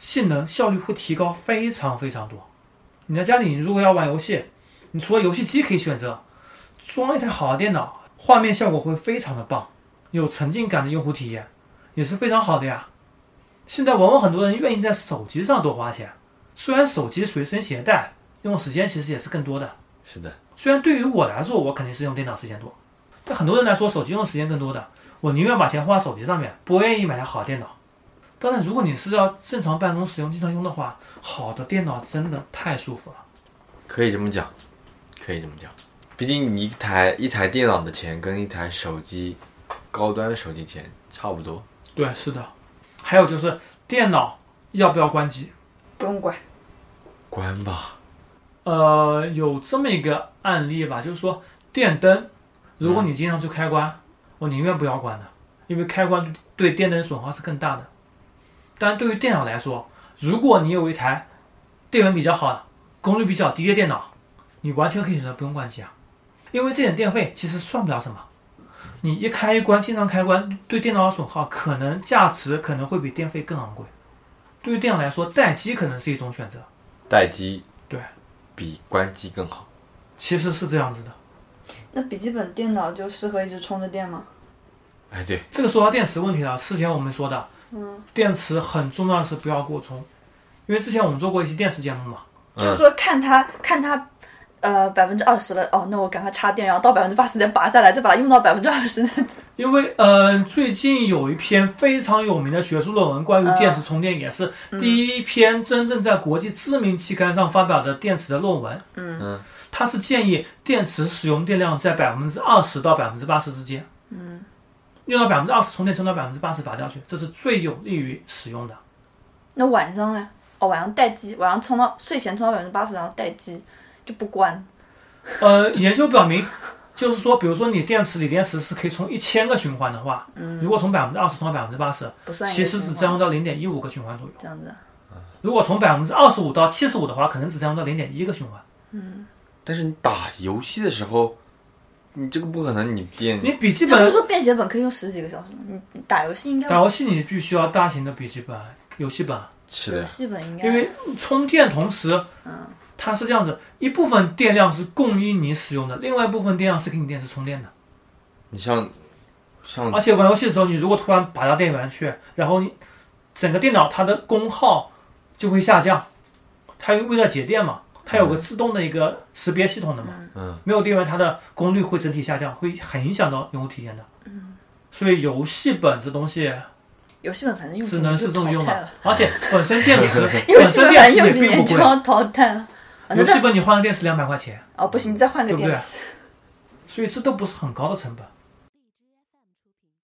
[SPEAKER 2] 性能效率会提高非常非常多。你在家里，你如果要玩游戏，你除了游戏机可以选择，装一台好的电脑，画面效果会非常的棒，有沉浸感的用户体验也是非常好的呀。现在往往很多人愿意在手机上多花钱，虽然手机随身携带，用时间其实也是更多的。
[SPEAKER 3] 是的，
[SPEAKER 2] 虽然对于我来说，我肯定是用电脑时间多，但很多人来说，手机用的时间更多的。我宁愿把钱花手机上面，不愿意买台好电脑。当然，如果你是要正常办公使用、经常用的话，好的电脑真的太舒服了。
[SPEAKER 3] 可以这么讲，可以这么讲。毕竟你一台一台电脑的钱跟一台手机，高端手机钱差不多。
[SPEAKER 2] 对，是的。还有就是电脑要不要关机？
[SPEAKER 4] 不用管。
[SPEAKER 3] 关吧，
[SPEAKER 2] 呃，有这么一个案例吧，就是说电灯，如果你经常去开关，我宁愿不要关的，因为开关对电灯损耗是更大的。但对于电脑来说，如果你有一台电源比较好、功率比较低的电脑，你完全可以选择不用关机啊，因为这点电费其实算不了什么。你一开一关，经常开关，对电脑的损耗可能价值可能会比电费更昂贵。对于电脑来说，待机可能是一种选择。
[SPEAKER 3] 待机
[SPEAKER 2] 对，
[SPEAKER 3] 比关机更好。
[SPEAKER 2] 其实是这样子的。
[SPEAKER 4] 那笔记本电脑就适合一直充着电吗？
[SPEAKER 3] 哎，对，
[SPEAKER 2] 这个说到电池问题了，之前我们说的，嗯，电池很重要的是不要过充，因为之前我们做过一期电池节目嘛，
[SPEAKER 4] 就是说看它看它，呃，百分之二十了，哦，那我赶快插电，然后到百分之八十再拔下来，再把它用到百分之二十。
[SPEAKER 2] 因为嗯、呃最近有一篇非常有名的学术论文关于电池充电，也是第一篇真正在国际知名期刊上发表的电池的论文，
[SPEAKER 3] 嗯嗯，
[SPEAKER 2] 它是建议电池使用电量在百分之二十到百分之八十之间，嗯，用到百分之二十充电，充到百分之八十拔掉去，这是最有利于使用的。
[SPEAKER 4] 那晚上呢？哦，晚上待机，晚上充到睡前充到百分之八十，然后待机就不关。
[SPEAKER 2] 呃，研究表明，就是说，比如说你电池锂电池是可以充一千个循环的话，如果从百分之二十充到百分之八十，
[SPEAKER 4] 嗯不算一
[SPEAKER 2] 其
[SPEAKER 4] 个
[SPEAKER 2] 实只
[SPEAKER 4] 循环
[SPEAKER 2] 占用到零点一五个循环左右。
[SPEAKER 4] 这样子，
[SPEAKER 2] 如果从百分之二十五到七十五的话，可能只占用到零点一个循环。
[SPEAKER 3] 但是你打游戏的时候，你这个不可能，你电
[SPEAKER 2] 你笔记
[SPEAKER 4] 他不是
[SPEAKER 2] 本
[SPEAKER 4] 说便携本可以用十几个小时吗？你你打游戏应该
[SPEAKER 2] 打游戏你必须要大型的笔记本、游戏本，
[SPEAKER 3] 是
[SPEAKER 4] 游
[SPEAKER 3] 的，
[SPEAKER 4] 戏本应该嗯
[SPEAKER 2] 因为充电同时，它是这样子，一部分电量是供应你使用的，另外一部分电量是给你电池充电的。
[SPEAKER 3] 你像像
[SPEAKER 2] 而且玩游戏的时候，你如果突然拔掉电源去，然后你整个电脑它的功耗就会下降，它为了节电嘛，它
[SPEAKER 4] 嗯
[SPEAKER 2] 有个自动的一个识别系统的嘛，
[SPEAKER 3] 嗯，
[SPEAKER 2] 没有电源它的功率会整体下降，会很影响到用户体验的。
[SPEAKER 4] 嗯
[SPEAKER 2] 所以游戏本这东西
[SPEAKER 4] 游戏本反正用
[SPEAKER 2] 只
[SPEAKER 4] 几
[SPEAKER 2] 能
[SPEAKER 4] 年
[SPEAKER 2] 是
[SPEAKER 4] 就
[SPEAKER 2] 这种用
[SPEAKER 4] 淘汰
[SPEAKER 2] 的
[SPEAKER 4] 了。，
[SPEAKER 2] 而且本身电池
[SPEAKER 4] 游
[SPEAKER 2] 本
[SPEAKER 4] 戏
[SPEAKER 2] 身哦
[SPEAKER 4] 本
[SPEAKER 2] 电池也
[SPEAKER 4] 反正用几
[SPEAKER 2] 并
[SPEAKER 4] 年
[SPEAKER 2] 不
[SPEAKER 4] 就
[SPEAKER 2] 贵，
[SPEAKER 4] 要淘汰了。啊那
[SPEAKER 2] 游
[SPEAKER 4] 再
[SPEAKER 2] 戏本你换个电池两百块钱，
[SPEAKER 4] 哦，不行，你再换个
[SPEAKER 2] 对不啊
[SPEAKER 4] 电
[SPEAKER 2] 对
[SPEAKER 4] 池。
[SPEAKER 2] 所以这都不是很高的成本。